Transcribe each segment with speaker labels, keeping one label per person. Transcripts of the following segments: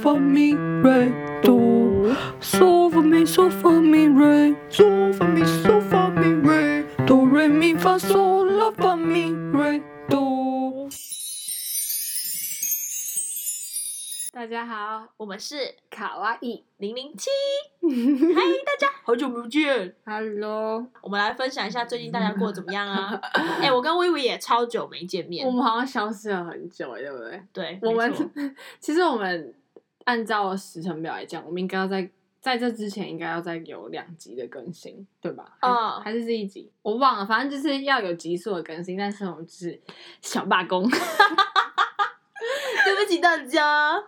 Speaker 1: for me right do so for me so for me right so for me so for me right do re mi fa so la for me right do
Speaker 2: 大家好，我们是
Speaker 3: 卡哇 伊。
Speaker 2: 零零七，嗨，大家好久不见，
Speaker 3: Hello，
Speaker 2: 我们来分享一下最近大家过得怎么样啊？哎、我跟微微也超久没见面
Speaker 3: 我，们好像消失了很久，对不对？
Speaker 2: 对，
Speaker 3: 我
Speaker 2: 没错
Speaker 3: 们 其实我们按照时程表来讲，我们应该要在在这之前应该要再有两集的更新，对吧？还
Speaker 2: 嗯
Speaker 3: 还是是一集，我忘了，反正就是要有集数的更新，但是我们就是小罢工。 可是
Speaker 2: 对不起大家，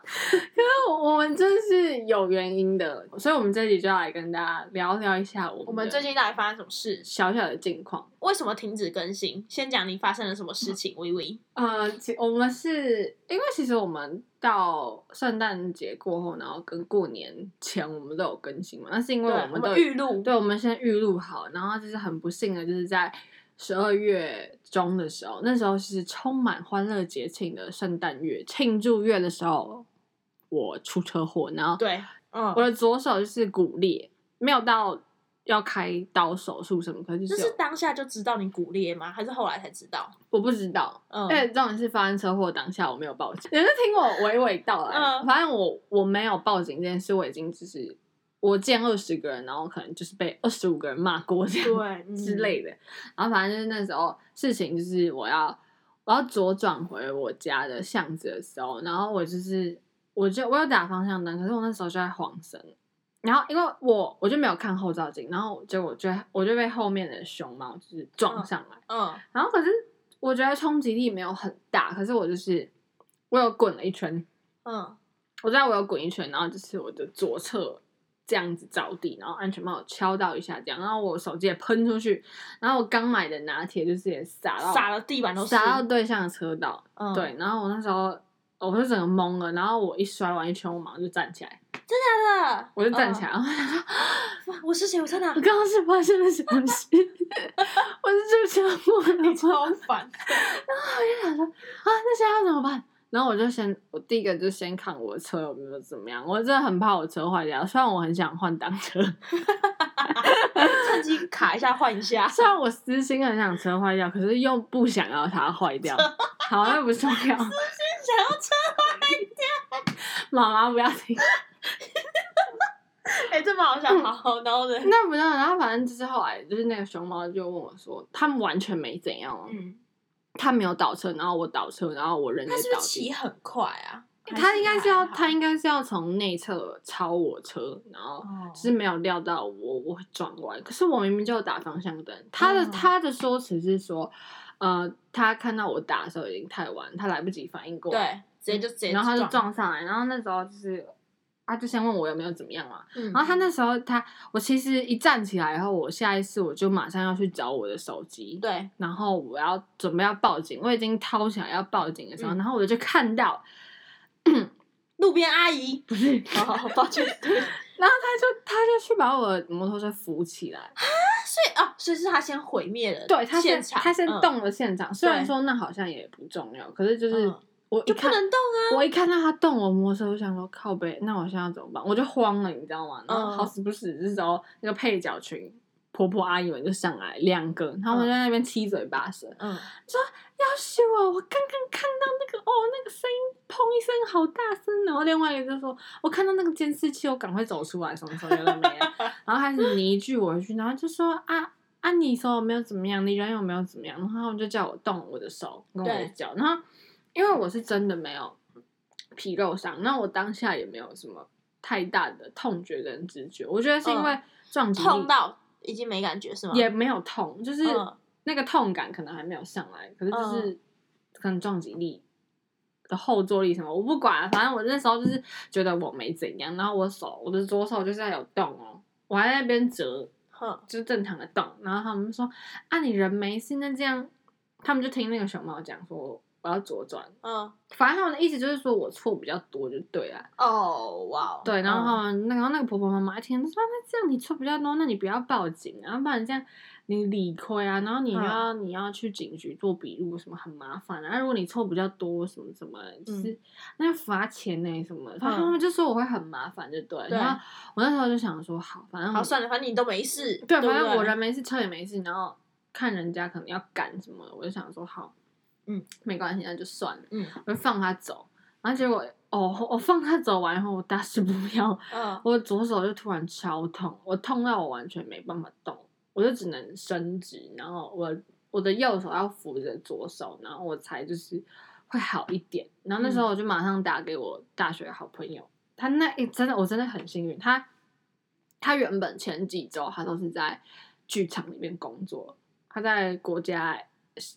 Speaker 3: 我我们真是有原因的，所以我们这集就要来跟大家聊聊一下我
Speaker 2: 我
Speaker 3: 们
Speaker 2: 们
Speaker 3: 的
Speaker 2: 最近到底发生什么事？
Speaker 3: 小小的近况。
Speaker 2: 为什么停止更新？先讲你发生了什么事情，微微。
Speaker 3: 呃，其我们是因为其实我们到圣诞节过后，然后跟过年前我们都有更新嘛，那是因为
Speaker 2: 对
Speaker 3: 我
Speaker 2: 我
Speaker 3: 们都
Speaker 2: 们预录，
Speaker 3: 对，我们先预录好，然后就是很不幸的，就是在十二月中的时候，那时候是充满欢乐节庆的圣诞月庆祝月的时候，我出车祸，然后
Speaker 2: 对，嗯
Speaker 3: 我，的左手就是骨裂，没有到要开刀手术什么，可是哦就
Speaker 2: 就是是
Speaker 3: 有
Speaker 2: 当下就知道你骨裂吗？还是后来才知道？
Speaker 3: 我不知道，
Speaker 2: 嗯，
Speaker 3: 而且这种是发生车祸当下我没有报警，你是听我娓娓道来。
Speaker 2: 嗯
Speaker 3: 反正我我没有报警这件事，我已经就是我见二十个人，然后可能就是被二十五个人骂过这样
Speaker 2: 对 嗯
Speaker 3: 之类的。然后反正就是那时候事情就是我要我要左转回我家的巷子的时候，然后我就是我就我有打方向灯，可是我那时候就在晃神。然后因为我我就没有看后照镜，然后结果就我就被后面的熊猫就是撞上来。
Speaker 2: 嗯，
Speaker 3: 然后可是我觉得冲击力没有很大，可是我就是我有滚了一圈，
Speaker 2: 嗯，
Speaker 3: 我知道我有滚一圈，然后就是我的左侧这样子着地，然后安全帽有敲到一下这样，然后我手机也喷出去，然后我刚买的拿铁就是也洒到
Speaker 2: 撒了地板都是，
Speaker 3: 洒到对向的车道，
Speaker 2: 嗯，
Speaker 3: 对，然后我那时候我就整个懵了，然后我一摔完一圈，我马上就站起来，
Speaker 2: 真的，
Speaker 3: 我就站起
Speaker 2: 来。
Speaker 3: 来，然后我想说
Speaker 2: 哇我是谁？我 在哪
Speaker 3: 我？刚刚是发生了什么事， 我是就想我的
Speaker 2: 你超烦。
Speaker 3: 我就想说啊，那现在要怎么办？然后我就先，我第一个就先看我的车有没有怎么样。我真的很怕我车坏掉，虽然我很想换挡车，
Speaker 2: 趁机卡一下换一下。
Speaker 3: 虽然我私心很想车坏掉，可是又不想要它坏掉。好，那不重要，
Speaker 2: 想要车坏，
Speaker 3: 妈妈不要听。
Speaker 2: 哎、这蛮好笑，好好然后呢？
Speaker 3: 那不重要。然后反正就是后来，就是那个熊猫就问我说，他们完全没怎样哦，
Speaker 2: 嗯，
Speaker 3: 他没有倒车，然后我倒车，然后我人也
Speaker 2: 他是不
Speaker 3: 倒
Speaker 2: 是
Speaker 3: 地
Speaker 2: 骑。很快啊？
Speaker 3: 他应该是要，他
Speaker 2: 还
Speaker 3: 应该是要从内侧超我车，然后
Speaker 2: 哦
Speaker 3: 只是没有料到我我会转弯。可是我明明就有打方向灯。他的、
Speaker 2: 嗯
Speaker 3: 他的说辞是说，呃，他看到我打的时候已经太晚，他来不及反应过来，
Speaker 2: 对，直接就直接，
Speaker 3: 然后他就，撞上来。然后那时候就是，他就先问我有没有怎么样嘛。
Speaker 2: 嗯、
Speaker 3: 然后他那时候他，我其实一站起来以后，我下意识我就马上要去找我的手机，
Speaker 2: 对，
Speaker 3: 然后我要准备要报警，我已经掏起来要报警的时候，
Speaker 2: 嗯
Speaker 3: 然后我就看到。
Speaker 2: 路边阿姨，
Speaker 3: 不是，
Speaker 2: 好好好 抱歉，对，
Speaker 3: 然后他就他就去把我的摩托车扶起来，
Speaker 2: 所以啊，所以是他先毁灭了，
Speaker 3: 对他
Speaker 2: 现
Speaker 3: 先
Speaker 2: 场，
Speaker 3: 他先
Speaker 2: 嗯，
Speaker 3: 动了现场，虽然说那好像也不重要，可是就是、
Speaker 2: 嗯
Speaker 3: 我一
Speaker 2: 就不
Speaker 3: 看
Speaker 2: 能动啊，
Speaker 3: 我一看到他动我摩托车，我想说靠背，那我现在要怎么办？我就慌了，你知道吗？然后
Speaker 2: 嗯
Speaker 3: 好死不死这时候那个配角群。婆婆阿姨们就上来两个，他们就在那边七嘴八舌，
Speaker 2: 嗯，
Speaker 3: 要死我！我刚刚看到那个哦，那个声音砰一声好大声，然后另外一个就说，我看到那个监视器，我赶快走出来，什么什么有的没的，然后开始你一句我一句，然后就说啊啊，你手有没有怎么样？你人有没有怎么样？然后他们就叫我动我的手跟我的
Speaker 2: 对
Speaker 3: 脚，然后因为我是真的没有皮肉伤，那我当下也没有什么太大的痛觉跟知觉，我觉得是因为
Speaker 2: 嗯
Speaker 3: 撞击力
Speaker 2: 痛到已经没感觉是吗？
Speaker 3: 也没有痛，就是
Speaker 2: 嗯
Speaker 3: 那个痛感可能还没有上来，可是就是可能撞击力的后坐力什么，我不管、反正我那时候就是觉得我没怎样，然后我手我的左手就是还有动哦，我还在那边折，
Speaker 2: 哼，
Speaker 3: 就是正常的动，然后他们说啊你人没事，那这样他们就听那个熊猫讲说我要左转，
Speaker 2: 嗯，
Speaker 3: 反正他们的意思就是说我错比较多就对了，
Speaker 2: 哦，哇哦，
Speaker 3: 对，然后
Speaker 2: 嗯
Speaker 3: 他们那个然后那个婆婆妈妈一听，她说啊那这样你错比较多，那你不要报警啊，然后不然这样你理亏啊，然后你又
Speaker 2: 嗯
Speaker 3: 要、你要去警局做笔录，什么很麻烦啊。如果你凑比较多，什么什么，
Speaker 2: 嗯
Speaker 3: 就是、那罚钱呢、什么的，反正他们就说我会很麻烦，就对了。
Speaker 2: 对
Speaker 3: 然后我那时候就想说，好，反正我
Speaker 2: 好，算了，反正你都没事。
Speaker 3: 对，
Speaker 2: 不
Speaker 3: 反正我人没事，车也没事，然后看人家可能要赶什么的，我就想说好，
Speaker 2: 嗯，
Speaker 3: 没关系，那就算了，
Speaker 2: 嗯
Speaker 3: 我就放他走。然后结果，哦，我放他走完以后，我大事不妙，
Speaker 2: 嗯，
Speaker 3: 我左手就突然超痛，我痛到我完全没办法动，我就只能伸直，然后我我的右手要扶着左手，然后我才就是会好一点。然后那时
Speaker 2: 嗯
Speaker 3: 候我就马上打给我大学好朋友，他那一、真的我真的很幸运，他他原本前几周他都是在剧场里面工作，他在国家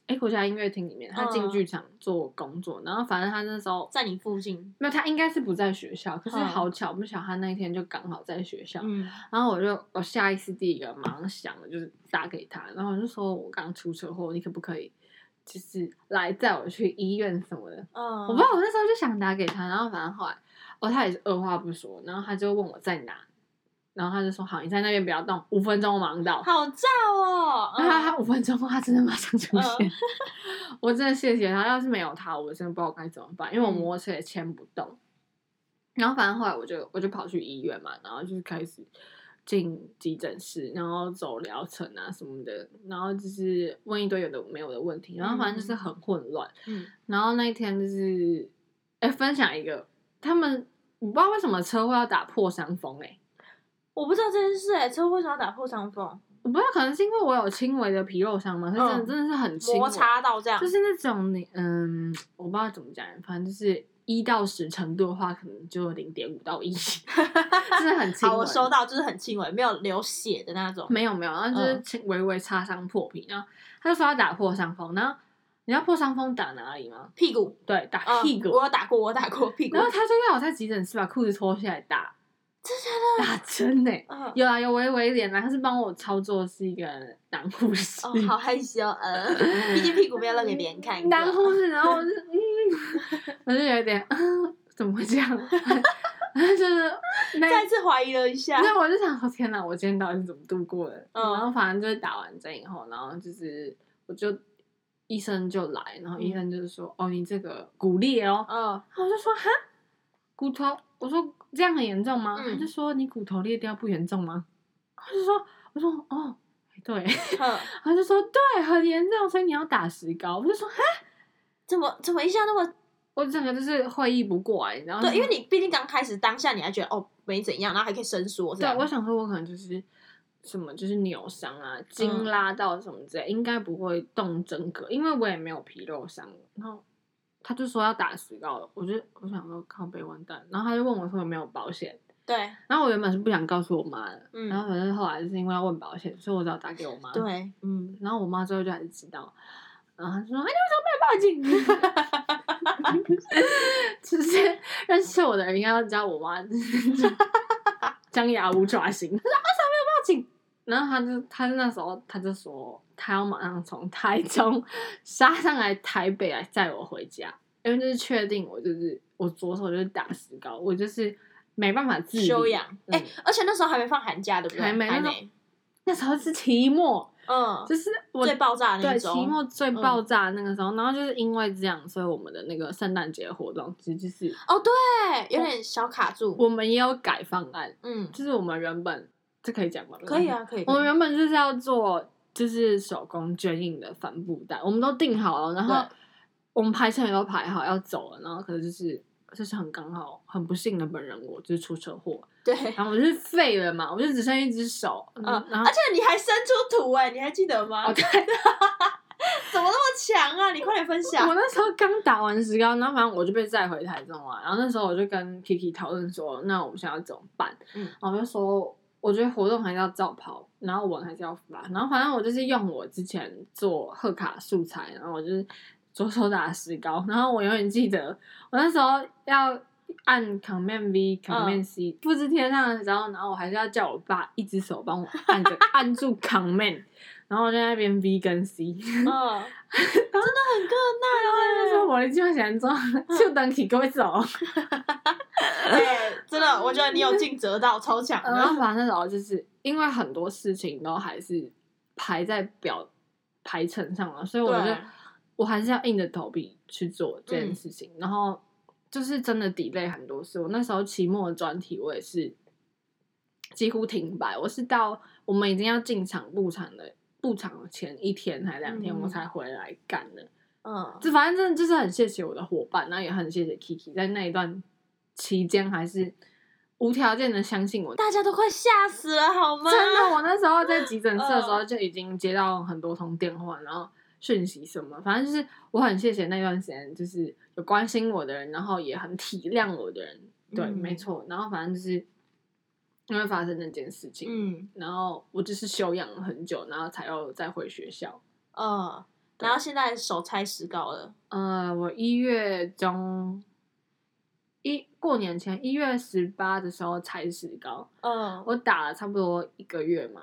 Speaker 3: 哎、国家音乐厅里面，他进
Speaker 2: 嗯
Speaker 3: 剧场做工作，然后反正他那时候
Speaker 2: 在你附近。
Speaker 3: 没有，他应该是不在学校，可是
Speaker 2: 嗯
Speaker 3: 好巧不巧，他那一天就刚好在学校。
Speaker 2: 嗯
Speaker 3: 然后我就我下意识第一个马上想的就是打给他，然后我就说我刚出车祸，你可不可以就是来载我去医院什么的？我
Speaker 2: 嗯，
Speaker 3: 不知道，我那时候就想打给他，然后反正后来哦，他也是二话不说，然后他就问我在哪，然后他就说好，你在那边不要动，五分钟我马上到。
Speaker 2: 好照哦。
Speaker 3: 然后他
Speaker 2: 嗯
Speaker 3: 他五分钟后，他真的马上出现， 我真的谢谢他。要是没有他，我真的不知道该怎么办，因为我
Speaker 2: 嗯
Speaker 3: 摩托车也牵不动。然后反正后来我就我就跑去医院嘛，然后就是开始进急诊室，然后走疗程啊什么的，然后就是问一堆有的没有的问题，然后反正就是很混乱。
Speaker 2: 嗯
Speaker 3: 然后那一天就是，哎、分享一个，他们我不知道为什么车祸要打破伤风、欸，哎，
Speaker 2: 我不知道这件事哎，车祸为什么要打破伤风？
Speaker 3: 我不知道可能是因为我有轻微的皮肉伤嘛，可是真的、
Speaker 2: 嗯
Speaker 3: 真的是很轻微
Speaker 2: 摩擦到这样
Speaker 3: 就。是那种你嗯，我不知道怎么讲，反正就是一到十程度的话，可能就零点五到一，真的很轻微。
Speaker 2: 好，我收到，就是很轻微，没有流血的那种。
Speaker 3: 没有没有，然后就是
Speaker 2: 嗯
Speaker 3: 轻微微擦伤破皮，然后他就说要打破伤风，然后你知道破伤风打哪里吗？
Speaker 2: 屁股，
Speaker 3: 对，打
Speaker 2: 嗯
Speaker 3: 屁股。
Speaker 2: 我有打过，我有打过屁股。
Speaker 3: 然后他就要我在急诊室把裤子脱下来打，真的打针呢、
Speaker 2: 嗯，
Speaker 3: 有啊有微微脸啦，他是帮我操作的是一个男护士。
Speaker 2: 哦，好害羞，嗯，毕竟屁股没有露给别人看。
Speaker 3: 男护士，然后我就嗯， 我就有点，嗯，怎么会这样？ 就是
Speaker 2: 再
Speaker 3: 那，
Speaker 2: 次怀疑了一下。
Speaker 3: 那我就想说，天哪，我今天到底是怎么度过的？
Speaker 2: 嗯
Speaker 3: 然后反正就是打完针以后，然后就是我就医生就来，然后医生就是说，哦，你这个骨裂哦，
Speaker 2: 嗯，
Speaker 3: 然后我就说哈，骨头，我说这样很严重吗？
Speaker 2: 嗯
Speaker 3: 他就说你骨头裂掉不严重吗？我就说，我说哦，对，
Speaker 2: 哼
Speaker 3: 他就说对，很严重，所以你要打石膏。我就说哈。
Speaker 2: 怎么怎么一下那么
Speaker 3: 我整个就是会意不过来，然后
Speaker 2: 对？因为你毕竟刚开始当下你还觉得哦没怎样，然后还可以伸缩这
Speaker 3: 对啊
Speaker 2: 样。
Speaker 3: 我想说，我可能就是什么就是扭伤啊，
Speaker 2: 嗯
Speaker 3: 筋拉到什么之类，应该不会动真格，因为我也没有皮肉伤。然后他就说要打石膏了，我就我想说靠北完蛋，然后他就问我说有没有保险，
Speaker 2: 对
Speaker 3: 然后我原本是不想告诉我妈的，
Speaker 2: 嗯
Speaker 3: 然后反正后来就是因为要问保险，所以我只好打给我妈。
Speaker 2: 对，嗯，
Speaker 3: 然后我妈最后就还是知道，然后她说：“哎，你为什么没有报警？” 就是认识我的人应该都知道我妈就是 张牙舞爪型。她说：“为什么没有报警？”然后她就，她那时候她就说，她要马上从台中杀上来台北来载我回家，因为就是确定我就是我左手就是打石膏，我就是没办法自理
Speaker 2: 修养。
Speaker 3: 嗯
Speaker 2: 哎，而且那时候还没放寒假，对不对？
Speaker 3: 还没
Speaker 2: 还
Speaker 3: 那
Speaker 2: 没。
Speaker 3: 那时候是期末，
Speaker 2: 嗯，
Speaker 3: 就是我
Speaker 2: 最爆炸的那
Speaker 3: 对，
Speaker 2: 一
Speaker 3: 期
Speaker 2: 周。嗯
Speaker 3: 末最爆炸那个时候，然后就是因为这样，所以我们的那个圣诞节活动其实就是
Speaker 2: 哦，对，有点小卡住。
Speaker 3: 我们也有改方案，
Speaker 2: 嗯，
Speaker 3: 就是我们原本这可以讲吗？
Speaker 2: 可以，啊，可以。可以
Speaker 3: 我们原本就是要做就是手工捐印的帆布袋，我们都定好了，然后
Speaker 2: 对
Speaker 3: 我们排程也都排好要走了，然后可是就是就是很刚好很不幸的本人我就是出车祸，
Speaker 2: 对，
Speaker 3: 然后我就是废了嘛，我就只剩一只手，嗯
Speaker 2: 嗯，
Speaker 3: 然后
Speaker 2: 而且你还伸出图哎，你还记得吗？
Speaker 3: 哦对。
Speaker 2: 怎么那么强啊？你快点分享
Speaker 3: 我。那时候刚打完石膏，然后反正我就被载回台中了。然后那时候我就跟 Kiki 讨论说，那我们现在要怎么办？
Speaker 2: 嗯
Speaker 3: 然后我就说，我觉得活动还是要照跑，然后文还是要发。然后反正我就是用我之前做贺卡素材，然后我就是左手打石膏。然后我永远记得，我那时候要按 Command V、Command C 复制贴上的时候，然后我还是要叫我爸一只手帮我按着按住 Command，然后我就在那边 V 跟 C。
Speaker 2: 嗯，真的很啊
Speaker 3: 那
Speaker 2: 困
Speaker 3: 时
Speaker 2: 难
Speaker 3: 候我的计划想中，就等起各位走。
Speaker 2: 哎、哎真的，我觉得你有尽责到，超强
Speaker 3: 然后
Speaker 2: 的。
Speaker 3: 反正那时候就是因为很多事情都还是排在表排程上了，所以我觉
Speaker 2: 对
Speaker 3: 得我还是要硬着头皮去做这件
Speaker 2: 嗯
Speaker 3: 事情。然后就是真的 delay 很多次，我那时候期末的专题我也是几乎停摆，我是到我们已经要进场布场的布场的前一天还两天，
Speaker 2: 嗯
Speaker 3: 我才回来干的。
Speaker 2: 嗯，
Speaker 3: 这反正真的就是很谢谢我的伙伴，然后也很谢谢 Kiki，在那一段期间还是无条件的相信我。
Speaker 2: 大家都快吓死了好吗？
Speaker 3: 真的，我那时候在急诊室的时候
Speaker 2: 嗯
Speaker 3: 就已经接到很多通电话，然后讯息什么，反正就是我很谢谢那段时间就是有关心我的人，然后也很体谅我的人。对，
Speaker 2: 嗯
Speaker 3: 没错。然后反正就是因为发生那件事情，
Speaker 2: 嗯
Speaker 3: 然后我就是休养了很久，然后才又再回学校。
Speaker 2: 嗯，然后现在手拆石膏了，
Speaker 3: 呃，我一月中一过年前一月十八的时候才石膏，
Speaker 2: 嗯，
Speaker 3: 我打了差不多一个月嘛，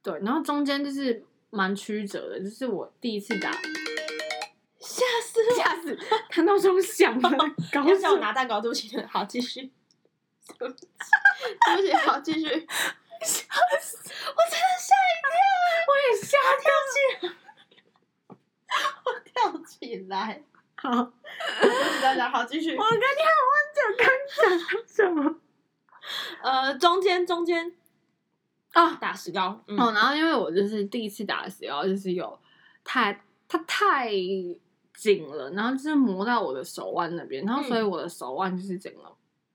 Speaker 3: 对，然后中间就是蛮曲折的，就是我第一次打，
Speaker 2: 吓死了，
Speaker 3: 吓死，他闹钟响了，搞
Speaker 2: 要
Speaker 3: 死
Speaker 2: 叫我拿蛋糕，对不起，好继续，对不起，对不起，好继 续，吓死，我真的吓一跳，我也吓跳 起来，我跳起来，
Speaker 3: 好，我
Speaker 2: 对不起大家，好继续
Speaker 3: 跟，你很完整刚讲到什么
Speaker 2: 呃，中间中间
Speaker 3: 啊？
Speaker 2: 打石膏，嗯
Speaker 3: 哦，然后因为我就是第一次打的时候，就是有太它太紧了，然后就是磨到我的手腕那边，然后所以
Speaker 2: 嗯
Speaker 3: 我的手腕就是整个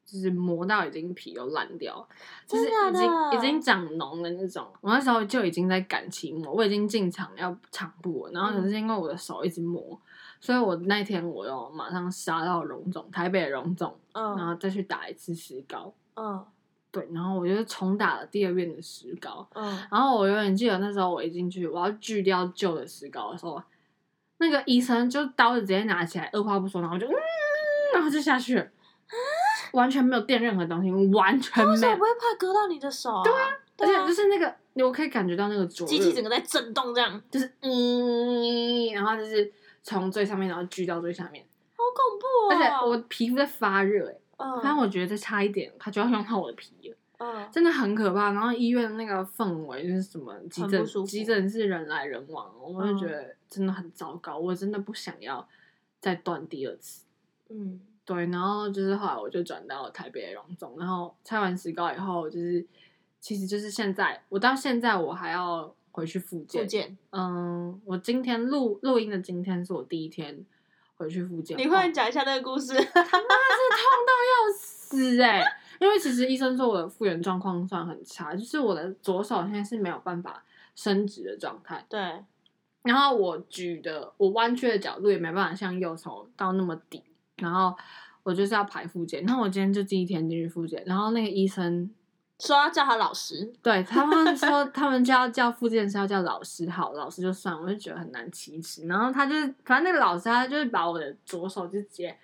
Speaker 3: 就是磨到已经皮都烂掉，就是
Speaker 2: 真
Speaker 3: 已
Speaker 2: 的
Speaker 3: 经
Speaker 2: 假的
Speaker 3: 已经长脓的那种。我那时候就已经在赶期末，我已经进场要场部了，然
Speaker 2: 嗯
Speaker 3: 后可是因为我的手一直磨，所以我那天我又马上杀到荣总，台北的荣总，然
Speaker 2: 嗯
Speaker 3: 后再去打一次石膏。
Speaker 2: 嗯
Speaker 3: 对，然后我就重打了第二遍的石膏，
Speaker 2: 嗯，
Speaker 3: 然后我永远记得那时候我一进去，我要锯掉旧的石膏的时候，那个医生就刀子直接拿起来，二话不说，然后就嗯，然后就下去了，
Speaker 2: 啊
Speaker 3: 完全没有垫任何东西，完全
Speaker 2: 为
Speaker 3: 没
Speaker 2: 什么
Speaker 3: 有
Speaker 2: 不，会怕割到你的手啊？对啊，
Speaker 3: 而且就是那个，我可以感觉到那个灼热，
Speaker 2: 机器整个在震动，这样好
Speaker 3: 就是嗯，然后就是从最上面，然后锯到最下面，
Speaker 2: 恐怖
Speaker 3: 而
Speaker 2: 哦！
Speaker 3: 且我皮肤在发热、欸，
Speaker 2: 嗯，
Speaker 3: 反正我觉得再差一点，它就要用到我的皮了。
Speaker 2: 嗯
Speaker 3: 真的很可怕。然后医院那个氛围就是什么急
Speaker 2: 很
Speaker 3: 诊
Speaker 2: 不舒服嗯
Speaker 3: 急诊室人来人往，我就觉得真的很糟糕。我真的不想要再断第二次。
Speaker 2: 嗯
Speaker 3: 对，然后就是后来我就转到台北的荣总，然后拆完石膏以后，就是其实就是现在，我到现在我还要回去复健。
Speaker 2: 附件，
Speaker 3: 嗯，我今天录录音的今天是我第一天回去复健。
Speaker 2: 你
Speaker 3: 哦
Speaker 2: 快点讲一下那个故事。
Speaker 3: 要死哎、因为其实医生说我的复原状况算很差，就是我的左手现在是没有办法伸直的状态，
Speaker 2: 对，
Speaker 3: 然后我举的我弯曲的角度也没办法像右手到那么低，然后我就是要排复健。然后我今天就第一天进去复健，然后那个医生
Speaker 2: 说要叫他老师，
Speaker 3: 对他们说他们就要叫复健师要叫老师好，老师就算，我就觉得很难启齿。然后他就是反正那个老师他就是把我的左手就直接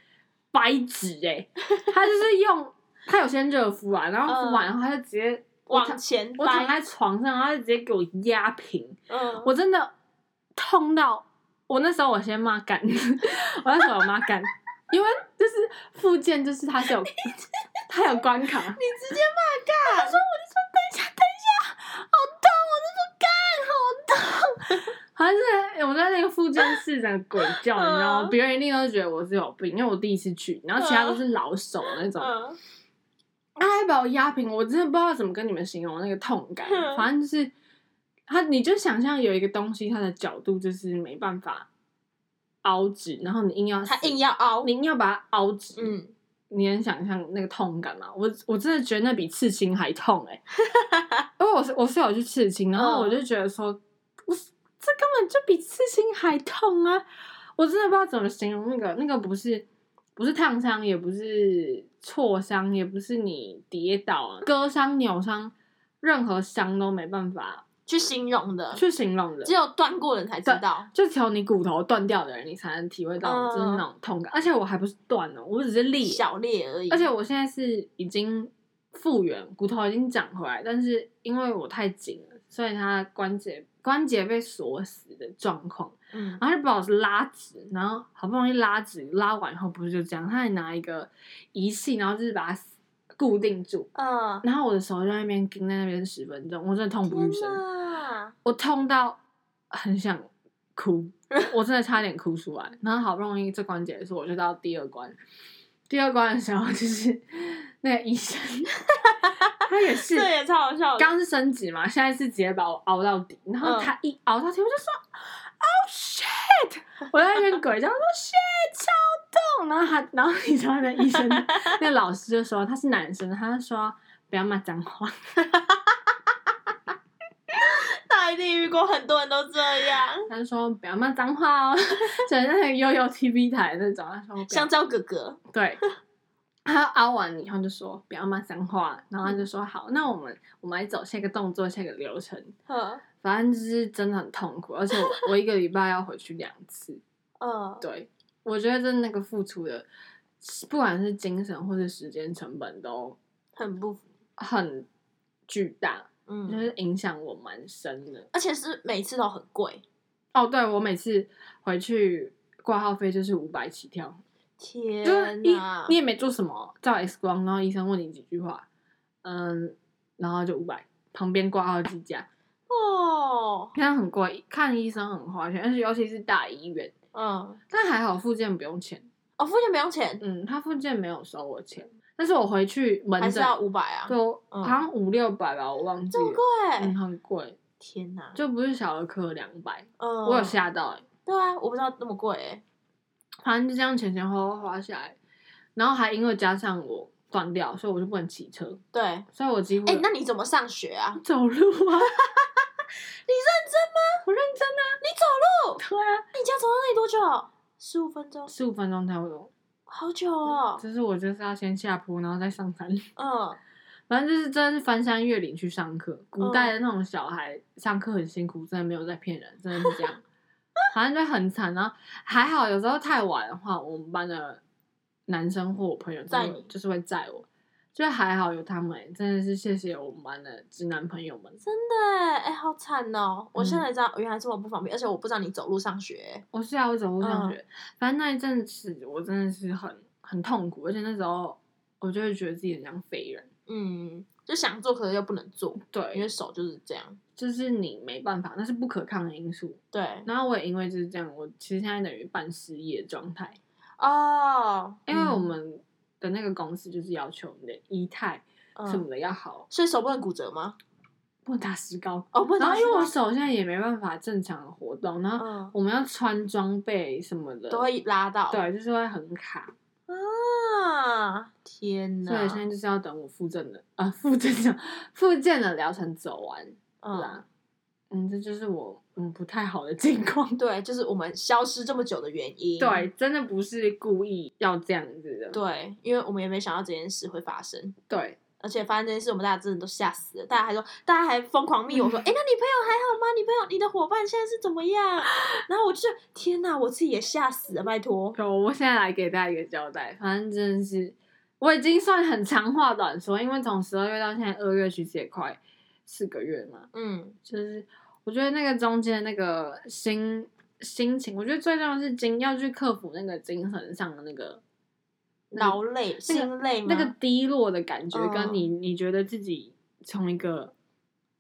Speaker 3: 掰直哎、他就是用他有先热敷啊，然后敷完然后他就直接我躺
Speaker 2: 嗯往前
Speaker 3: 我躺
Speaker 2: 掰，
Speaker 3: 在床上，他就直接给我压平，
Speaker 2: 嗯，
Speaker 3: 我真的痛到我那时候我先骂干， 我那时候我骂干，因为就是复健就是它是有它有关卡，
Speaker 2: 你直接骂干，他说我就说等一下，
Speaker 3: 好像是我在那个复健室整个鬼叫，你知道吗？
Speaker 2: 嗯
Speaker 3: 别人一定都觉得我是有病，因为我第一次去，然后其他都是老手那种，
Speaker 2: 嗯
Speaker 3: 他还把我压平，我真的不知道怎么跟你们形容那个痛感，
Speaker 2: 嗯
Speaker 3: 反正就是他，你就想象有一个东西，它的角度就是没办法凹直，然后你硬要
Speaker 2: 他硬
Speaker 3: 要，
Speaker 2: 要凹
Speaker 3: 你，硬要把它凹直，
Speaker 2: 嗯，
Speaker 3: 你能想象那个痛感吗？我我真的觉得那比刺青还痛 哎、因为我是我是有去刺青，然后
Speaker 2: 嗯
Speaker 3: 我就觉得说，我这根本就比刺青还痛啊！我真的不知道怎么形容那个那个不是不是烫伤，也不是挫伤，也不是你跌倒、啊、割伤、扭伤，任何伤都没办法
Speaker 2: 去形容的，
Speaker 3: 去形容的
Speaker 2: 只。有断过的人才知道，
Speaker 3: 就只有你骨头断掉的人，你才能体会到就是那种痛感。而且我还不是断了，我只是裂，
Speaker 2: 嗯小裂而已，
Speaker 3: 而且我现在是已经复原，骨头已经长回来，但是因为我太紧了，所以它关节关节被锁死的状况，
Speaker 2: 嗯，
Speaker 3: 然后就把我拉直，然后好不容易拉直，拉完以后不是就这样，他还拿一个仪器，然后就是把它固定住，
Speaker 2: 嗯，
Speaker 3: 然后我的手就在那边盯在那边十分钟，我真的痛不欲
Speaker 2: 天
Speaker 3: 生，
Speaker 2: 哪！
Speaker 3: 我痛到很想哭，我真的差点哭出来。然后好不容易这关结束，我就到第二关。第二关的时候，就是那个医生，他也是
Speaker 2: 这也超好笑的。
Speaker 3: 刚是升级嘛，现在是直接把我熬到底。然后
Speaker 2: 嗯
Speaker 3: 他一熬到底，我就说、Oh shit！我在那边鬼叫，我说 shit 超痛。然后他，然后你知道那医生那老师就说他是男生，他就说不要骂脏话。
Speaker 2: 那一定遇过很多人都这样，
Speaker 3: 他就说不要骂脏话哦， 就是那个悠悠 TV 台那种。他说不要
Speaker 2: 香蕉哥哥，
Speaker 3: 对，他凹完以后就说不要骂脏话，然后他就说好，那我们我们来走下一个动作，下一个流程。
Speaker 2: 嗯
Speaker 3: 反正就是真的很痛苦，而且我我一个礼拜要回去两次。
Speaker 2: 嗯，
Speaker 3: 对，我觉得真的那个付出的，不管是精神或是时间成本都
Speaker 2: 很不，
Speaker 3: 很巨大，就
Speaker 2: 嗯，
Speaker 3: 是影响我蛮深的。
Speaker 2: 而且是每次都很贵，
Speaker 3: 哦，对我每次回去挂号费就是五百起跳，就
Speaker 2: 天
Speaker 3: 是一
Speaker 2: 哪
Speaker 3: 你！也没做什么，照 X 光，然后医生问你几句话，嗯，然后就五百，旁边挂号计价，
Speaker 2: 哦，
Speaker 3: 现在很贵，看医生很花钱，而且尤其是大医院。
Speaker 2: 嗯，
Speaker 3: 但还好，附件不用钱。
Speaker 2: 哦，付钱不用钱，
Speaker 3: 嗯，他附件没有收我钱，但是我回去门
Speaker 2: 还是
Speaker 3: 诊
Speaker 2: 要五百啊？
Speaker 3: 就
Speaker 2: 嗯
Speaker 3: 好像五六百吧，我忘记
Speaker 2: 这么
Speaker 3: 了。嗯，
Speaker 2: 贵，
Speaker 3: 很贵，
Speaker 2: 天哪！
Speaker 3: 就不是小儿科两百，
Speaker 2: 嗯，
Speaker 3: 我有吓到哎、
Speaker 2: 对啊，我不知道那么贵欸，
Speaker 3: 反正就这样前前后后花下来，然后还因为加上我断掉，所以我就不能骑车，
Speaker 2: 对，哎、
Speaker 3: 所以我几乎
Speaker 2: 那你怎么上学啊？你
Speaker 3: 走路 啊，
Speaker 2: 认真吗？
Speaker 3: 我认真啊，
Speaker 2: 你走路？
Speaker 3: 对啊，
Speaker 2: 你家走到那里多久？十五分钟，
Speaker 3: 十五分钟差不多。
Speaker 2: 好久哦。
Speaker 3: 就是我就是要先下坡，然后再上山，
Speaker 2: 嗯，
Speaker 3: 反正就是真的是翻山越岭去上课。古代的那种小孩上课很辛苦，真的没有在骗人，真的是这 样。反正就很惨，然后还好有时候太晚的话，我们班的男生或我朋友就
Speaker 2: 载
Speaker 3: 会
Speaker 2: 你
Speaker 3: 就是会载我，就还好有他们、真的是谢谢我们班的直男朋友们。
Speaker 2: 真的欸，哎、好惨哦！我现
Speaker 3: 嗯
Speaker 2: 在知道原来这么不方便，而且我不知道你走路上学欸。
Speaker 3: 我是啊，我走路上学，反正那一阵子我真的是很很痛苦，而且那时候我就会觉得自己很像废人，
Speaker 2: 嗯，就想做，可是又不能做，因为
Speaker 3: 对，
Speaker 2: 手就是这样。
Speaker 3: 就是你没办法，那是不可抗的因素。
Speaker 2: 对，
Speaker 3: 然后我也因为就是这样，我其实现在等于半失业状态，
Speaker 2: 哦，
Speaker 3: 因为我
Speaker 2: 嗯
Speaker 3: 们的那个公司就是要求你的仪态
Speaker 2: 嗯
Speaker 3: 什么的要好，
Speaker 2: 所以手不能骨折吗？
Speaker 3: 不能打石膏。
Speaker 2: 哦，不能
Speaker 3: 然
Speaker 2: 打
Speaker 3: 后
Speaker 2: 石
Speaker 3: 因为
Speaker 2: 膏。
Speaker 3: 我手现在也没办法正常的活动，然后
Speaker 2: 嗯，
Speaker 3: 我们要穿装备什么的，
Speaker 2: 都会拉到。
Speaker 3: 对，就是会很卡。
Speaker 2: 啊，天
Speaker 3: 所
Speaker 2: 哪！
Speaker 3: 以现在就是要等我复健的啊，复健的复健的疗程走完
Speaker 2: 嗯，
Speaker 3: 啦。嗯，这就是我嗯不太好的情况。
Speaker 2: 对，就是我们消失这么久的原因。
Speaker 3: 对，真的不是故意要这样子的。
Speaker 2: 对，因为我们也没想到这件事会发生，
Speaker 3: 对，
Speaker 2: 而且发生这件事，我们大家真的都吓死了。大家还说，大家还疯狂密 我说：“哎、那你朋友还好吗？你朋友、你的伙伴现在是怎么样？”然后我就觉得天哪，我自己也吓死了，拜托。
Speaker 3: 有，我现在来给大家一个交代，反正真的是我已经算很长话短说，因为从十二月到现在二月，其实也快四个月嘛。
Speaker 2: 嗯，
Speaker 3: 就是我觉得那个中间那个心心情，我觉得最重要的是精要去克服那个精神上的那个
Speaker 2: 劳累、心累吗
Speaker 3: 那个低落的感觉，
Speaker 2: 嗯
Speaker 3: 跟你你觉得自己从一个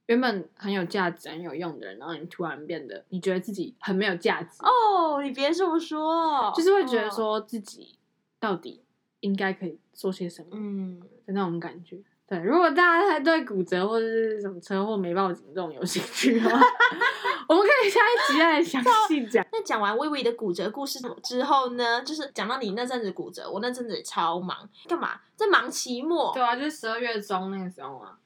Speaker 3: 原本很有价值、很有用的人，然后你突然变得你觉得自己很没有价值，
Speaker 2: 哦，你别这么说，
Speaker 3: 就是会觉得
Speaker 2: 嗯，
Speaker 3: 说自己到底应该可以做些什么
Speaker 2: 嗯，
Speaker 3: 的那种感觉。对，如果大家还对骨折或者是什么车祸没报警这种有兴趣的话， 我们可以下一集再来详细讲。
Speaker 2: 那讲完微微的骨折故事之后呢，就是讲到你那阵子骨折，我那阵子也超忙，干嘛？在忙期 末，
Speaker 3: 对啊，就是十二月中那个时候啊。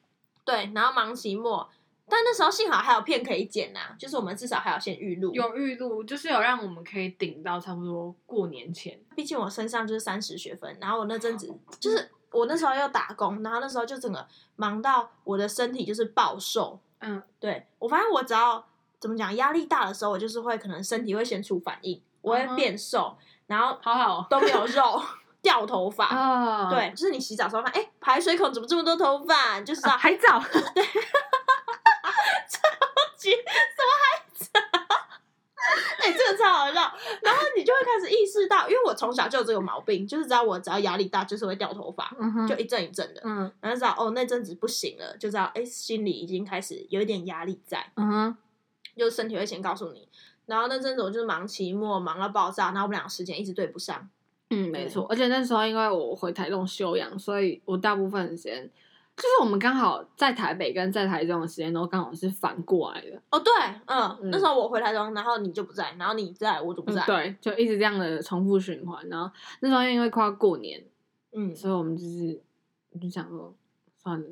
Speaker 2: 对然后忙期末，但那时候幸好还有片可以剪呐、啊就是我们至少还有先预录，
Speaker 3: 有预录，就是有让我们可以顶到差不多过年前。
Speaker 2: 毕竟我身上就是三十学分，然后我那阵子就是我那时候要打工，然后那时候就整个忙到我的身体就是暴瘦，
Speaker 3: 嗯，
Speaker 2: 对我发现我只要怎么讲压力大的时候，我就是会可能身体会先出反应，我
Speaker 3: 嗯哼
Speaker 2: 会变瘦，然后
Speaker 3: 好好
Speaker 2: 都没有肉， 掉头发，
Speaker 3: 啊，
Speaker 2: 对，就是你洗澡的时候发现，哎、排水口怎么这么多头发？你就 知道、
Speaker 3: 啊，还早，
Speaker 2: 级什么孩子？哎、这个超好笑。然后你就会开始意识到，因为我从小就有这个毛病，就是只要我只要压力大，就是会掉头发，
Speaker 3: 嗯哼
Speaker 2: 就一阵一阵的。
Speaker 3: 嗯
Speaker 2: 然后知道哦，那阵子不行了，就知道哎、心里已经开始有一点压力在，
Speaker 3: 嗯哼，
Speaker 2: 就是身体会先告诉你。然后那阵子我就是忙期末，忙到爆炸，然后我们俩时间一直对不上。
Speaker 3: 嗯，没错。而且那时候因为我回台中休养，所以我大部分时间就是我们刚好在台北跟在台中的时间都刚好是反过来的。
Speaker 2: 哦，对，嗯，
Speaker 3: 嗯
Speaker 2: 那时候我回台中，然后你就不在，然后你在，我就不
Speaker 3: 嗯
Speaker 2: 在，，
Speaker 3: 对，就一直这样的重复循环。然后那时候因为快要过年，
Speaker 2: 嗯，
Speaker 3: 所以我们就是我就想说算了，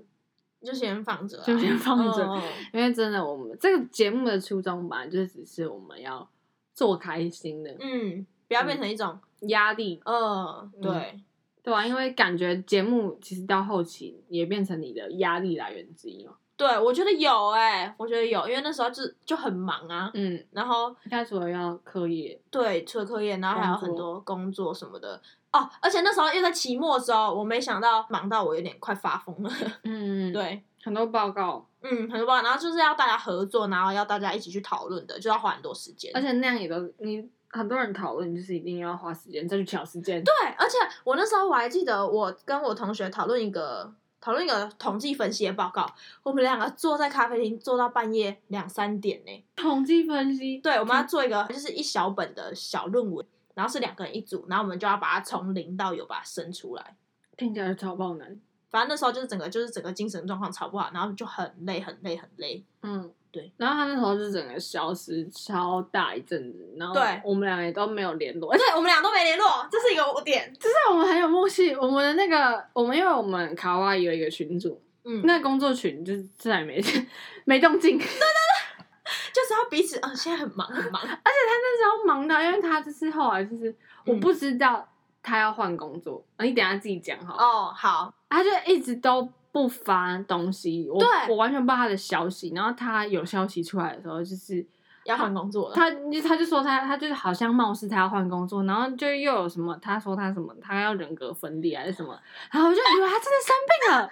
Speaker 2: 就先放着啊，
Speaker 3: 就先放着
Speaker 2: 嗯
Speaker 3: 因为真的我们这个节目的初衷吧，就只是我们要做开心的
Speaker 2: 嗯，不要变成一种，
Speaker 3: 压力，
Speaker 2: 呃，对，
Speaker 3: 对啊，因为感觉节目其实到后期也变成你的压力来源之一嘛。
Speaker 2: 对，我觉得有哎、我觉得有，因为那时候就就很忙啊，
Speaker 3: 嗯，
Speaker 2: 然后
Speaker 3: 一开始我要课业，
Speaker 2: 对，除了课业，然后还有
Speaker 3: 工作
Speaker 2: 很多工作什么的哦，而且那时候又在期末的时候，我没想到忙到我有点快发疯了，
Speaker 3: 嗯，，
Speaker 2: 对。
Speaker 3: 很多报告，
Speaker 2: 嗯，很棒。然后就是要大家合作，然后要大家一起去讨论的，就要花很多时间。
Speaker 3: 而且那样也都你很多人讨论，就是一定要花时间再去调时间。对，
Speaker 2: 对，而且我那时候我还记得，我跟我同学讨论一个讨论一个统计分析的报告，我们两个坐在咖啡厅坐到半夜两三点呢。
Speaker 3: 统计分析，
Speaker 2: 对，我们要做一个就是一小本的小论文，然后是两个人一组，然后我们就要把它从零到有把它生出来。
Speaker 3: 听起来就超爆难。
Speaker 2: 反正那时候就是整个就是整个精神状况超不好，然后就很累很累很累。
Speaker 3: 嗯，
Speaker 2: 对。
Speaker 3: 然后他那时候就整个消失超大一阵子，然后
Speaker 2: 对
Speaker 3: 我们俩也都没有联 络，而且
Speaker 2: 对，我们俩都没联络，这是一个点。
Speaker 3: 我们很有默契。我们的那个，我们因为我们卡哇伊有一个群组，
Speaker 2: 嗯，
Speaker 3: 那工作群就是自然没 没动静。
Speaker 2: 就是要彼此，嗯，现在很忙很忙。
Speaker 3: 那时候忙到，因为他就是后来就是我不知道他要换工作，啊你等一下自己讲好了。
Speaker 2: 哦，好，
Speaker 3: 他就一直都不发东西，我
Speaker 2: 对
Speaker 3: 我完全不知道他的消息。然后他有消息出来的时候，就是
Speaker 2: 要换工作了。
Speaker 3: 他他就说他他就是好像貌似他要换工作，然后就又有什么他说他什么他要人格分裂还是什么，然后我就以为他真的生病了，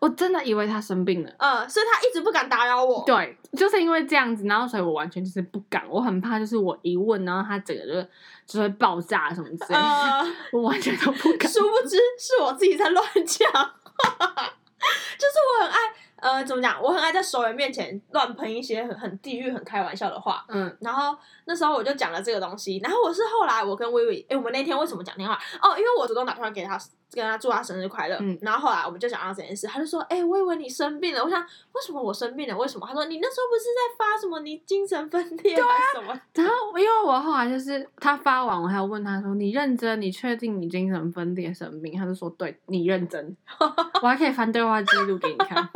Speaker 3: 我真的以为他生病了。
Speaker 2: 嗯，所以他一直不敢打扰我。
Speaker 3: 对，就是因为这样子，然后所以我完全就是不敢，我很怕，就是我一问，然后他整个就就会爆炸什么之类的，
Speaker 2: 呃，
Speaker 3: 我完全都不敢。
Speaker 2: 殊不知是我自己在乱讲， 就是我很爱呃，怎么讲？我很爱在熟人面前乱喷一些很很地域、很开玩笑的话。
Speaker 3: 嗯，
Speaker 2: 然后那时候我就讲了这个东西，然后我是后来我跟薇薇，哎，我们那天为什么讲电话？哦，因为我主动打电话给他，跟他祝他生日快乐。
Speaker 3: 嗯
Speaker 2: 然后后来我们就讲到这件事，他就说，哎，薇薇你生病了。我想为什么我生病了？为什么？他说你那时候不是在发什么你精神分裂啊什么？
Speaker 3: 然后因为我后来就是他发完，我还有问他说：“你认真？你确定你精神分裂生病？”他就说：“对你认真。” 我还可以翻对话记录给你看。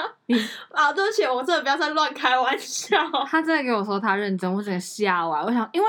Speaker 2: 啊，对不起，我真的不要再乱开玩笑。
Speaker 3: 他真的给我说他认真，我整个吓完。我想，因为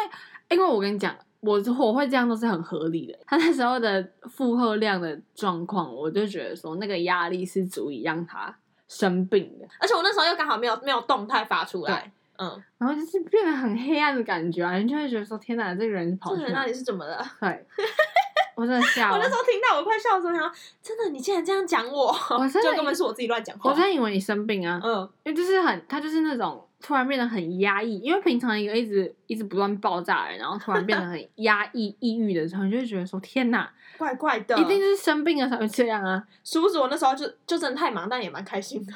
Speaker 3: 因为我跟你讲，我我会这样都是很合理的。他那时候的负荷量的状况，我就觉得说那个压力是足以让他生病的，
Speaker 2: 而且我那时候又刚好没有没有动态发出来，嗯，
Speaker 3: 然后就是变得很黑暗的感觉啊，你就会觉得说天哪，这个人跑
Speaker 2: 这
Speaker 3: 去
Speaker 2: 人
Speaker 3: 哪
Speaker 2: 到
Speaker 3: 里？
Speaker 2: 底是怎么了？
Speaker 3: 对， 我真的吓
Speaker 2: 我
Speaker 3: 完
Speaker 2: 那时。候听到我快笑死，我想说真的，你竟然这样讲我，
Speaker 3: 我真的
Speaker 2: 就根本是我自己乱讲话。
Speaker 3: 我真的以为你生病啊，
Speaker 2: 嗯，
Speaker 3: 因为就是很，他就是那种突然变得很压抑，因为平常一个一直一直不断爆炸的人，然后突然变得 很压抑、抑郁的时候，你就会觉得说天哪，
Speaker 2: 怪怪的，
Speaker 3: 一定就是生病了才会这样啊。
Speaker 2: 殊不知我那时候就就真的太忙，但也蛮开心的。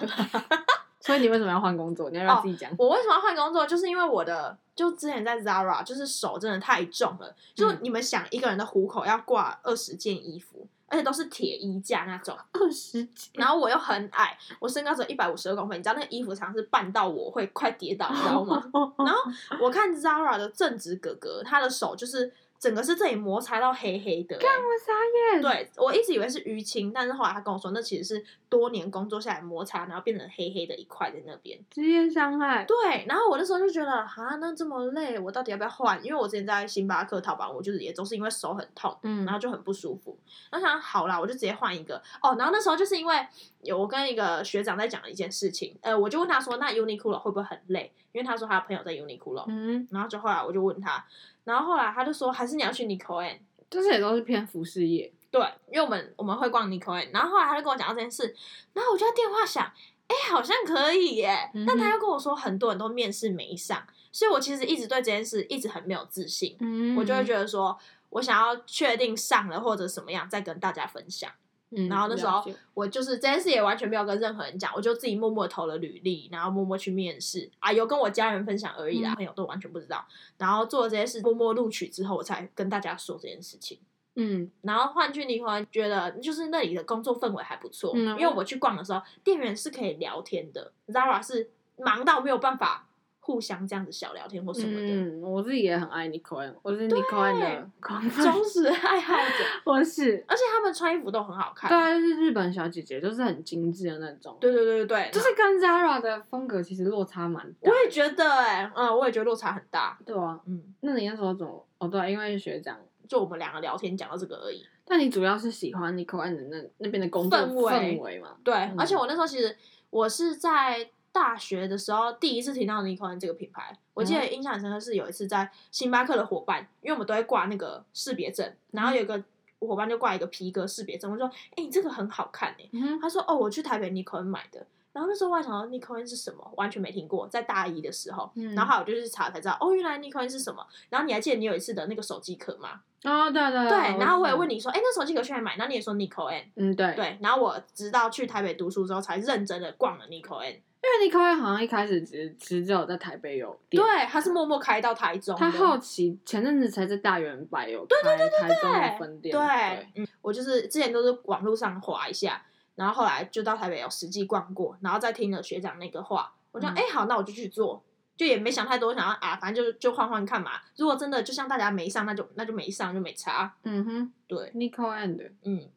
Speaker 3: 所以你为什么要换工作？你要不
Speaker 2: 哦
Speaker 3: 要自己讲？
Speaker 2: 我为什么要换工作？就是因为我的就之前在 Zara，就是手真的太重了，就
Speaker 3: 嗯
Speaker 2: 你们想一个人的虎口要挂二十件衣服，而且都是铁衣架那 种。
Speaker 3: 二十几，
Speaker 2: 然后我又很矮，我身高只有一百五十二公分，你知道那个衣服常是绊到我会快跌倒，你知 道吗？然后我看 Zara 的正直哥哥，他的手就是整个是这里摩擦到黑黑的、欸
Speaker 3: 干我傻眼。，
Speaker 2: 对我一直以为是淤青，但是后来他跟我说，那其实是多年工作下来摩擦，然后变成黑黑的一块在那边。
Speaker 3: 职业伤害。
Speaker 2: 对，然后我那时候就觉得，啊，那这么累，我到底要不要换？因为我之前在星巴克淘宝，我就是也都是因为手很痛，
Speaker 3: 嗯
Speaker 2: 然后就很不舒服。然后想好啦，我就直接换一个哦。然后那时候就是因为有我跟一个学长在讲一件事情，呃，我就问他说，那 Uniqlo 会不会很累？因为他说他的朋友在 Uniqlo，、
Speaker 3: 嗯，
Speaker 2: 然后就后来我就问他，然后后来他就说，还是你要去 Nicole Ann。
Speaker 3: 就是也都是偏服饰业。
Speaker 2: 对，因为我们我们会逛 Nicole Ann，然后后来他就跟我讲到这件事，然后我就在电话想，哎，好像可以耶，
Speaker 3: 嗯
Speaker 2: 但他
Speaker 3: 哼
Speaker 2: 又跟我说很多人都面试没上，所以我其实一直对这件事一直很没有自信，
Speaker 3: 嗯
Speaker 2: 我就会觉得说我想要确定上了或者什么样再跟大家分享。
Speaker 3: 得
Speaker 2: 然后那时候我就是这件事也完全没有跟任何人讲，我就自己默默投了履历，然后默默去面试啊，有跟我家人分享而已啦，
Speaker 3: 嗯
Speaker 2: 朋友都完全不知道。然后做了这些事，默默录取之后，我才跟大家说这件事情。
Speaker 3: 嗯，
Speaker 2: 然后换句灵魂觉得，就是那里的工作氛围还不错，
Speaker 3: 嗯
Speaker 2: 因为我去逛的时候，店员是可以聊天的，Zara 是忙到没有办法互相这样子小聊天或什么的，
Speaker 3: 嗯，我自己也很爱 Nicole，我是 Nicole 的 狂粉，
Speaker 2: 忠实爱好者，
Speaker 3: 我是
Speaker 2: 而且他们穿衣服都很好看。
Speaker 3: 对啊，就是日本小姐姐，就是很精致的那种，，
Speaker 2: 对对对对对，
Speaker 3: 就是跟 Zara 的风格其实落差蛮大
Speaker 2: 我。也觉得哎、嗯，我也觉得落差很大，
Speaker 3: 对啊，
Speaker 2: 嗯，
Speaker 3: 那你那时候怎么？哦，对啊、因为学长。
Speaker 2: 就我们两个聊天讲到这个而已。
Speaker 3: 但你主要是喜欢 Nicole 的那那边的工作
Speaker 2: 氛围
Speaker 3: 氛围嘛？
Speaker 2: 对，
Speaker 3: 嗯
Speaker 2: 而且我那时候其实我是在大学的时候第一次听到 n i c o l 这个品牌，我记得
Speaker 3: 嗯
Speaker 2: 印象很深刻是有一次在星巴克的伙伴，因为我们都会挂那个识别证，然
Speaker 3: 嗯
Speaker 2: 后有一个伙伴就挂一个皮革识别证，我就说：“哎、你这个很好看哎、
Speaker 3: 嗯哼，
Speaker 2: 他说：“哦，我去台北 n i c o l 买的。”然后那时候我还想到 n i c o l 是什么，完全没听过，在大一的时候，
Speaker 3: 嗯
Speaker 2: 然后还有就是查才知道，哦，原来 n i c o l 是什么。然后你还记得你有一次的那个手机壳吗？
Speaker 3: 哦，对啊对啊
Speaker 2: 对，然后我也问
Speaker 3: 你，
Speaker 2: 你说，哎、那手机壳去哪里买？然后你也说 n i c o l
Speaker 3: 嗯，对，
Speaker 2: 对，然后我直到去台北读书之后，才认真的逛了 Nico N。
Speaker 3: 因为 Nicole 好像一开始只只只有在台北有店，
Speaker 2: 对，他是默默开到台中的。
Speaker 3: 他好奇前阵子才在大圆柏有开台中的分店，
Speaker 2: 对，嗯，我就是之前都是网络上划一下，然后后来就到台北有实际逛过，然后再听了学长那个话，我就
Speaker 3: 嗯
Speaker 2: 哎、诶好，那我就去做，就也没想太多，想要啊，反正就就换换看嘛。如果真的就像大家没上，那就那就没上，就没差。
Speaker 3: 嗯哼
Speaker 2: 对，
Speaker 3: ，Nicole and，
Speaker 2: 嗯，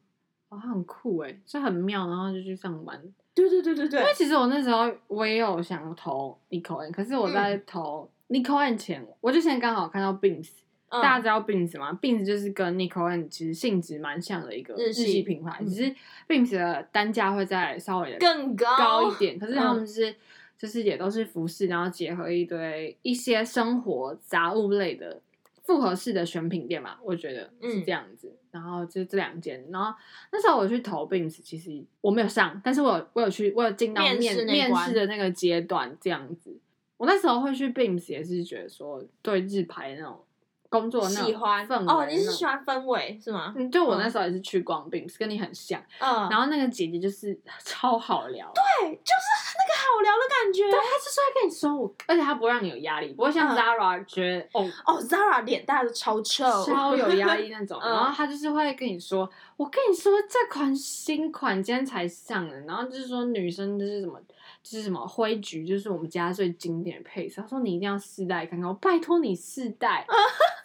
Speaker 3: 哇，他很酷哎，就很妙，然后就去上班。
Speaker 2: 对对对对对
Speaker 3: 因为，其实我那时候我也有想投 Nicole and，可是我在投 Nicole and 前，我之前刚好看到 Beams，
Speaker 2: 嗯
Speaker 3: 大家知道 Beams 吗？Beams 就是跟 Nicole and 其实性质蛮像的一个
Speaker 2: 日
Speaker 3: 日
Speaker 2: 系
Speaker 3: 系品牌，
Speaker 2: 嗯
Speaker 3: 只是 Beams 的单价会再稍微地
Speaker 2: 更高
Speaker 3: 高一点，可是他
Speaker 2: 哦嗯
Speaker 3: 们是、就是也都是服饰，然后结合一堆一些生活杂物类的复合式的选品店嘛，我觉得是
Speaker 2: 嗯
Speaker 3: 这样子。然后就是这两间，然后那时候我去投 Beams，其实我没有上，但是我有我有去，我有进到
Speaker 2: 面
Speaker 3: 面
Speaker 2: 试那一
Speaker 3: 面
Speaker 2: 关
Speaker 3: 试的那个阶段这样子。我那时候会去 Beams，也是觉得说对日牌那种工作那种
Speaker 2: 喜欢
Speaker 3: 氛围
Speaker 2: 哦，你
Speaker 3: 那
Speaker 2: 是
Speaker 3: 种
Speaker 2: 喜欢氛围是吗？
Speaker 3: 嗯，就我
Speaker 2: 嗯
Speaker 3: 那时候也是去逛 Beams，跟你很像。
Speaker 2: 嗯，
Speaker 3: 然后那个姐姐就是 超好聊，
Speaker 2: 对，就是那个好聊的感觉。
Speaker 3: 对，他就是会跟你说我，而且他不会让你有压力，不会像
Speaker 2: 嗯
Speaker 3: Zara 觉得、
Speaker 2: 哦，Zara 脸大的超臭，
Speaker 3: 哦超有压力那种，
Speaker 2: 嗯
Speaker 3: 然后他就是会跟你说，我跟你说这款新款今天才上的，然后就是说女生就是什么。就是什么灰橘，就是我们家最经典的配色。他说你一定要试戴看看，我拜托你试 戴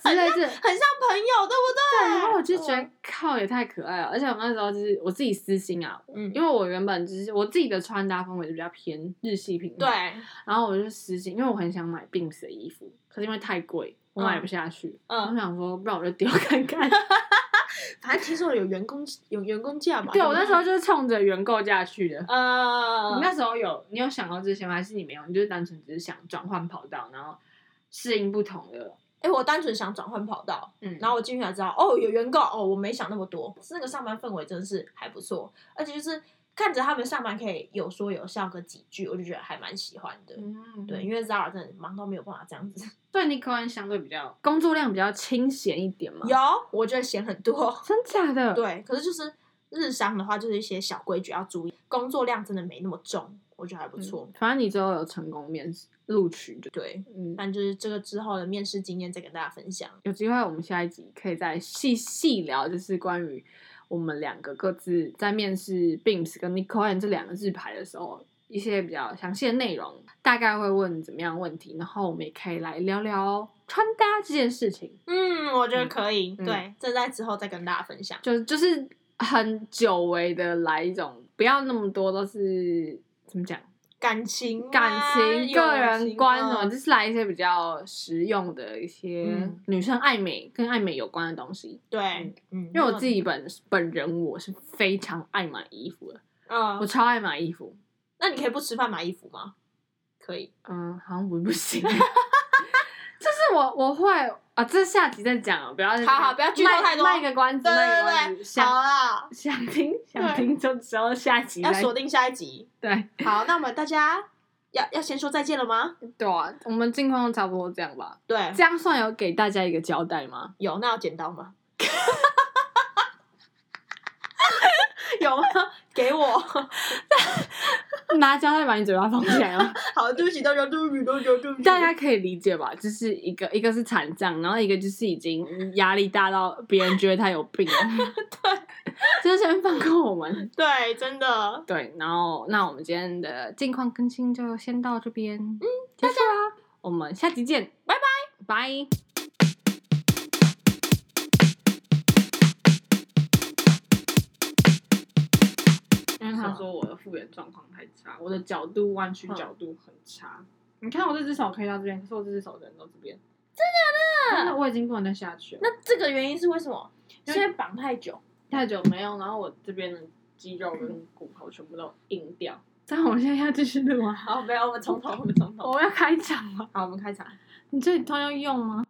Speaker 3: 之类这。
Speaker 2: 很像朋友，对不对？哦
Speaker 3: 然 后我就觉
Speaker 2: 嗯
Speaker 3: 得靠也太可爱了，而且我那时候就是我自己私心啊，
Speaker 2: 嗯，
Speaker 3: 因为我原本就是我自己的穿搭风格就比较偏日系品牌，
Speaker 2: 对，
Speaker 3: 然后我就私信，因为我很想买 Beams 的衣服，可是因为太贵，我买不下去。我
Speaker 2: 嗯，
Speaker 3: 想说，不然我就丢看 看。
Speaker 2: 反正听说有员工有员工价嘛。
Speaker 3: 对
Speaker 2: 不
Speaker 3: 我那时候就是冲着原购价去的。
Speaker 2: 呃
Speaker 3: 你，那时候有你有想到这些吗？还是你没有？你就是单纯只是想转换跑道，然后适应不同的。
Speaker 2: 哎，我单纯想转换跑道，
Speaker 3: 嗯，
Speaker 2: 然后我进去才知道，哦，有原告，哦，我没想那么多。那个上班氛围真是还不错，而且就是看着他们上班可以有说有笑个几句，我就觉得还蛮喜欢的。
Speaker 3: 嗯，
Speaker 2: 对，
Speaker 3: 对，
Speaker 2: 因为 Zara 真的忙到没有办法这样 子。
Speaker 3: 对你可能相对比较工作量比较清闲一点嘛。
Speaker 2: 有，我觉得嫌很多。
Speaker 3: 真假的？，
Speaker 2: 对，可是就是日商的话，就是一些小规矩要注意，工作量真的没那么重，我觉得还不错。
Speaker 3: 反正你最后有成功面试录取就
Speaker 2: 对，
Speaker 3: 嗯。
Speaker 2: 但就是这个之后的面试经验再跟大家分享。
Speaker 3: 有机会我们下一集可以再细细聊，就是关于我们两个各自在面试 Beams 跟 Nicole Ann 这两个日牌的时候，一些比较详细的内容，大概会问怎么样的问题，然后我们也可以来聊聊穿搭这件事情，
Speaker 2: 嗯，我觉得可以，
Speaker 3: 嗯
Speaker 2: 对，这在之后再跟大家分享。
Speaker 3: 就就是很久违的来一种，不要那么多都是怎么讲
Speaker 2: 感情啊、
Speaker 3: 感情、
Speaker 2: 友
Speaker 3: 个人观什
Speaker 2: 啊
Speaker 3: 么，就是来一些比较实用的一些
Speaker 2: 嗯
Speaker 3: 女生爱美跟爱美有关的东西。
Speaker 2: 对，嗯，
Speaker 3: 因为我自己本本人我是非常爱买衣服的，
Speaker 2: 嗯，
Speaker 3: 我超爱买衣服。
Speaker 2: 那你可以不吃饭买衣服吗？可以，
Speaker 3: 嗯，好像不不行， 就是我我会啊，这下集再讲哦，不要
Speaker 2: 好好不要剧透
Speaker 3: 卖
Speaker 2: 太多
Speaker 3: 卖个关子，
Speaker 2: 对
Speaker 3: 卖个关
Speaker 2: 对
Speaker 3: 子，
Speaker 2: 对对，好啊
Speaker 3: 想想
Speaker 2: 啦，
Speaker 3: 听想
Speaker 2: 对
Speaker 3: 听就之后下集
Speaker 2: 要
Speaker 3: 再
Speaker 2: 锁定下一集。
Speaker 3: 对，
Speaker 2: 好，那我们大家要要先说再见了吗？
Speaker 3: 对啊，我们近况差不多这样吧。
Speaker 2: 对
Speaker 3: 这，样算有给大家一个交代吗？
Speaker 2: 有那要剪刀吗？ 有吗？ 给我。
Speaker 3: 拿胶带把你嘴巴封起来吗？
Speaker 2: 好，对不起大家，对不起大家，对不起
Speaker 3: 大家可以理解吧？就是一个一个是残障，然后一个就是已经压力大到别人觉得他有病了。对，就先放过我们。
Speaker 2: 对，真的，
Speaker 3: 对，然后那我们今天的近况更新就先到这边，嗯，结束啦，我们下集见，拜拜，拜。因为他说我的复原状况太差，我的角度弯曲角度很差。你看我这只手可以到这边，可是我这只手只能到这边。真的假的？我已经不能再下去了。
Speaker 2: 那这个原因是为什么？
Speaker 3: 因
Speaker 2: 因
Speaker 3: 为
Speaker 2: 为绑太久，
Speaker 3: 太久没用，然后我这边的肌肉跟骨头全部都硬掉。但我们现在要继续录吗？啊
Speaker 2: 好，没有，我们从头，我们从头。
Speaker 3: 我要开场吗？
Speaker 2: 好，我们开场。
Speaker 3: 你这里通要用吗？